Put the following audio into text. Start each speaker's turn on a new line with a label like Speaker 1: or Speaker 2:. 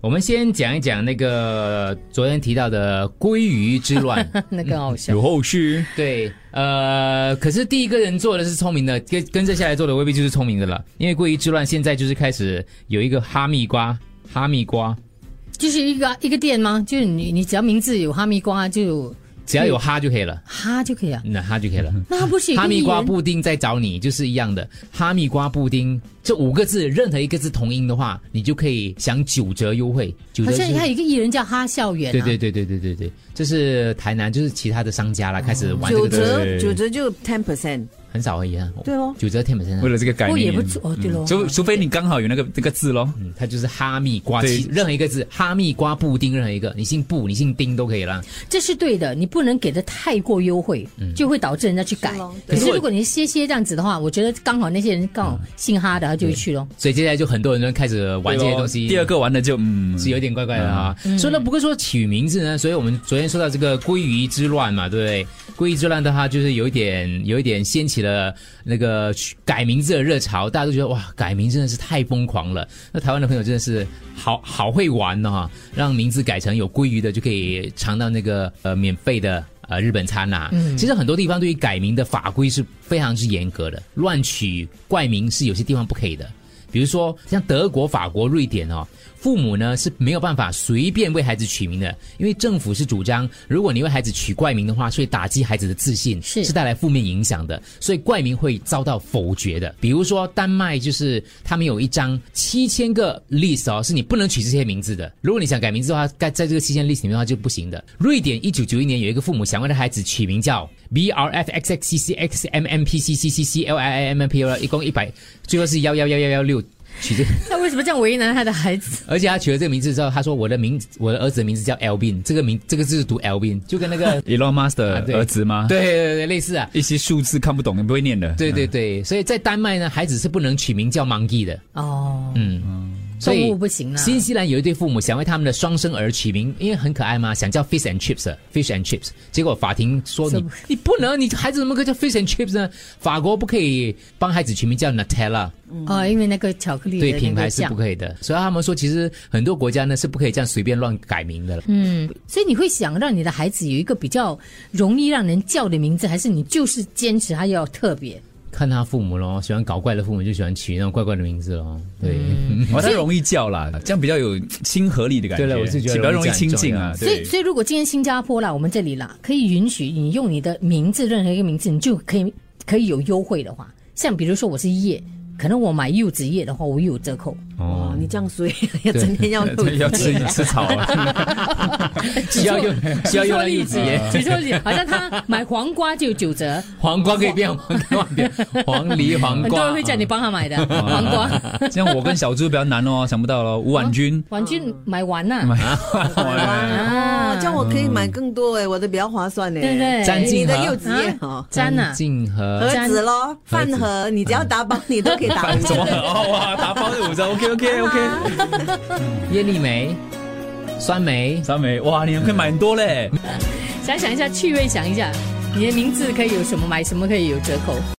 Speaker 1: 我们先讲一讲那个昨天提到的鲑鱼之 乱。
Speaker 2: 那更好
Speaker 1: 嗯
Speaker 2: 笑
Speaker 3: 有。后续，
Speaker 1: 对，呃，可是第一个人做的是聪明的，跟跟着下来做的未必就是聪明的了，因为鲑鱼之乱现在就是开始有一个哈密瓜，哈密瓜
Speaker 2: 就是一个一个店吗？就是你你只要名字有哈密瓜就有
Speaker 1: 只要有哈就可以 了，
Speaker 2: 哈就可以啊。
Speaker 1: 那哈就可以了。
Speaker 2: 那它不是有一个
Speaker 1: 哈密瓜
Speaker 2: 艺人
Speaker 1: 布丁在找你就是一样的，哈密瓜布丁这五个字任何一个字同音的话，你就可以享九折优惠。九
Speaker 2: 好
Speaker 1: 折
Speaker 2: 像
Speaker 1: 是
Speaker 2: 还有一个艺人叫哈校园、啊，
Speaker 1: 对对对对对对对，这是台南，就是其他的商家啦，开始玩这
Speaker 4: 九
Speaker 1: 个东西
Speaker 4: 折
Speaker 3: 对
Speaker 4: 九折就 ten percent，
Speaker 1: 很少而已啊。
Speaker 4: 嗯对咯
Speaker 1: 九折天本身啊
Speaker 3: 为，了这个概
Speaker 2: 不过也
Speaker 3: 念，嗯
Speaker 2: 不错哦，对喽。
Speaker 3: 除除非你刚好有那个那个字咯。
Speaker 1: 嗯它就是哈密瓜，
Speaker 3: 对
Speaker 1: 其任何一个字，哈密瓜布丁，任何一个，你姓布，你姓丁都可以啦。
Speaker 2: 这是对的，你不能给的太过优惠，
Speaker 1: 嗯
Speaker 2: 就会导致人家去改
Speaker 4: 是咯。
Speaker 2: 可
Speaker 4: 对
Speaker 2: 是如果你歇歇这样子的话，我觉得刚好那些人刚好姓哈的，他就会去咯。
Speaker 1: 所以接下来就很多人都开始玩这些东西。
Speaker 3: 第二个玩的就嗯，
Speaker 1: 是有点怪怪的啊。所以呢，不过说取名字呢，所以我们昨天说到这个鲑鱼之乱嘛，对不对？鲑鱼之乱的话，就是有一点有一点掀起了那个改名字的热潮，大家都觉得哇，改名真的是太疯狂了。那台湾的朋友真的是好好会玩的、哈，让名字改成有鲑鱼的就可以尝到那个呃免费的。呃，日本餐呐、其实很多地方对于改名的法规是非常之严格的，乱取怪名是有些地方不可以的。比如说像德国、法国、瑞典哦，父母呢是没有办法随便为孩子取名的，因为政府是主张，如果你为孩子取怪名的话，是会打击孩子的自信，
Speaker 2: 是
Speaker 1: 带来负面影响的，所以怪名会遭到否决的。比如说丹麦就是他们有一张七千个 list 哦，是你不能取这些名字的，如果你想改名字的话，该在这个期限 list 里面的话就不行的。瑞典一九九一年有一个父母想为他孩子取名叫 B R F X X C C X M M P C C C C L I I M M P L，一共一百，最后是幺幺幺幺幺六取这个。
Speaker 2: 那为什么这样为难他的孩子？
Speaker 1: 而且他取了这个名字之后，他说我的名，我的儿子的名字叫 Elvin，这个名这个字是读 Elvin，就跟那个
Speaker 3: Elon Musk
Speaker 1: 啊
Speaker 3: 的
Speaker 1: 对
Speaker 3: 儿子吗？
Speaker 1: 对，对对对类似啊。
Speaker 3: 一些数字看不懂，你不会念的。
Speaker 1: 对对对，所以在丹麦呢，孩子是不能取名叫 Monkey 的，
Speaker 2: 哦，
Speaker 1: 嗯，所
Speaker 2: 动
Speaker 1: 以
Speaker 2: 物不行啊啦。
Speaker 1: 新西兰有一对父母想为他们的双生儿取名，因为很可爱嘛，想叫 Fish and Chips，Fish and Chips，结果法庭说
Speaker 2: 什
Speaker 1: 你
Speaker 2: 么
Speaker 1: 你不能，你孩子怎么可以叫 Fish and Chips 呢？法国不可以帮孩子取名叫 Nutella，
Speaker 2: 哦，因为那个巧克力的
Speaker 1: 对
Speaker 2: 那个
Speaker 1: 品牌是不
Speaker 2: 酱
Speaker 1: 可以的，所以他们说其实很多国家呢是不可以这样随便乱改名的了。
Speaker 2: 嗯所以你会想让你的孩子有一个比较容易让人叫的名字，还是你就是坚持他要特别？
Speaker 1: 看他父母咯，喜欢搞怪的父母就喜欢取那种怪怪的名字咯。对，
Speaker 2: 嗯
Speaker 3: 哦，它容易叫啦，这样比较有亲和力的感觉。
Speaker 1: 对了我是觉得
Speaker 3: 比较容易
Speaker 1: 容易
Speaker 3: 亲
Speaker 1: 叫
Speaker 3: 近啊。
Speaker 2: 所以，
Speaker 3: 对，
Speaker 2: 所以如果今天新加坡啦，我们这里啦，可以允许你用你的名字任何一个名字，你就可以可以有优惠的话，像比如说我是叶，可能我买柚子叶的话，我有折扣。
Speaker 4: 哦，你这样衰，要整天 要
Speaker 3: 要吃吃草 啊，
Speaker 1: 需要用需要用到一
Speaker 2: 例
Speaker 1: 子
Speaker 2: 子
Speaker 1: 耶，
Speaker 2: 举错例子，好像他买黄瓜就有九折，
Speaker 1: 黄瓜可以变黄瓜，黄梨黄
Speaker 2: 很多人
Speaker 1: 瓜嗯
Speaker 2: 会。叫你帮他买
Speaker 1: 哦
Speaker 2: 的黄瓜。
Speaker 3: 这样我跟小猪比较难哦，想不到咯。吴婉 君，
Speaker 2: 玩具买完啦、
Speaker 4: 哦，这样我可以买更多哎，我的比较划算哎，
Speaker 2: 啊对不对？
Speaker 1: 沾
Speaker 4: 你
Speaker 1: 进
Speaker 4: 的
Speaker 1: 盒
Speaker 4: 柚子叶
Speaker 2: 啊
Speaker 4: 哦，
Speaker 2: 沾啊，
Speaker 1: 静和
Speaker 4: 盒子咯，饭盒，你只要打包，你都可以打包。
Speaker 3: 什么？ 哦哇，打包的五张，OK OK OK。
Speaker 1: 叶丽梅、酸梅，
Speaker 3: 三枚，哇，你们可以买很多嘞。
Speaker 2: 想想一下，趣味想一下，你的名字可以有什么买什么可以有折扣。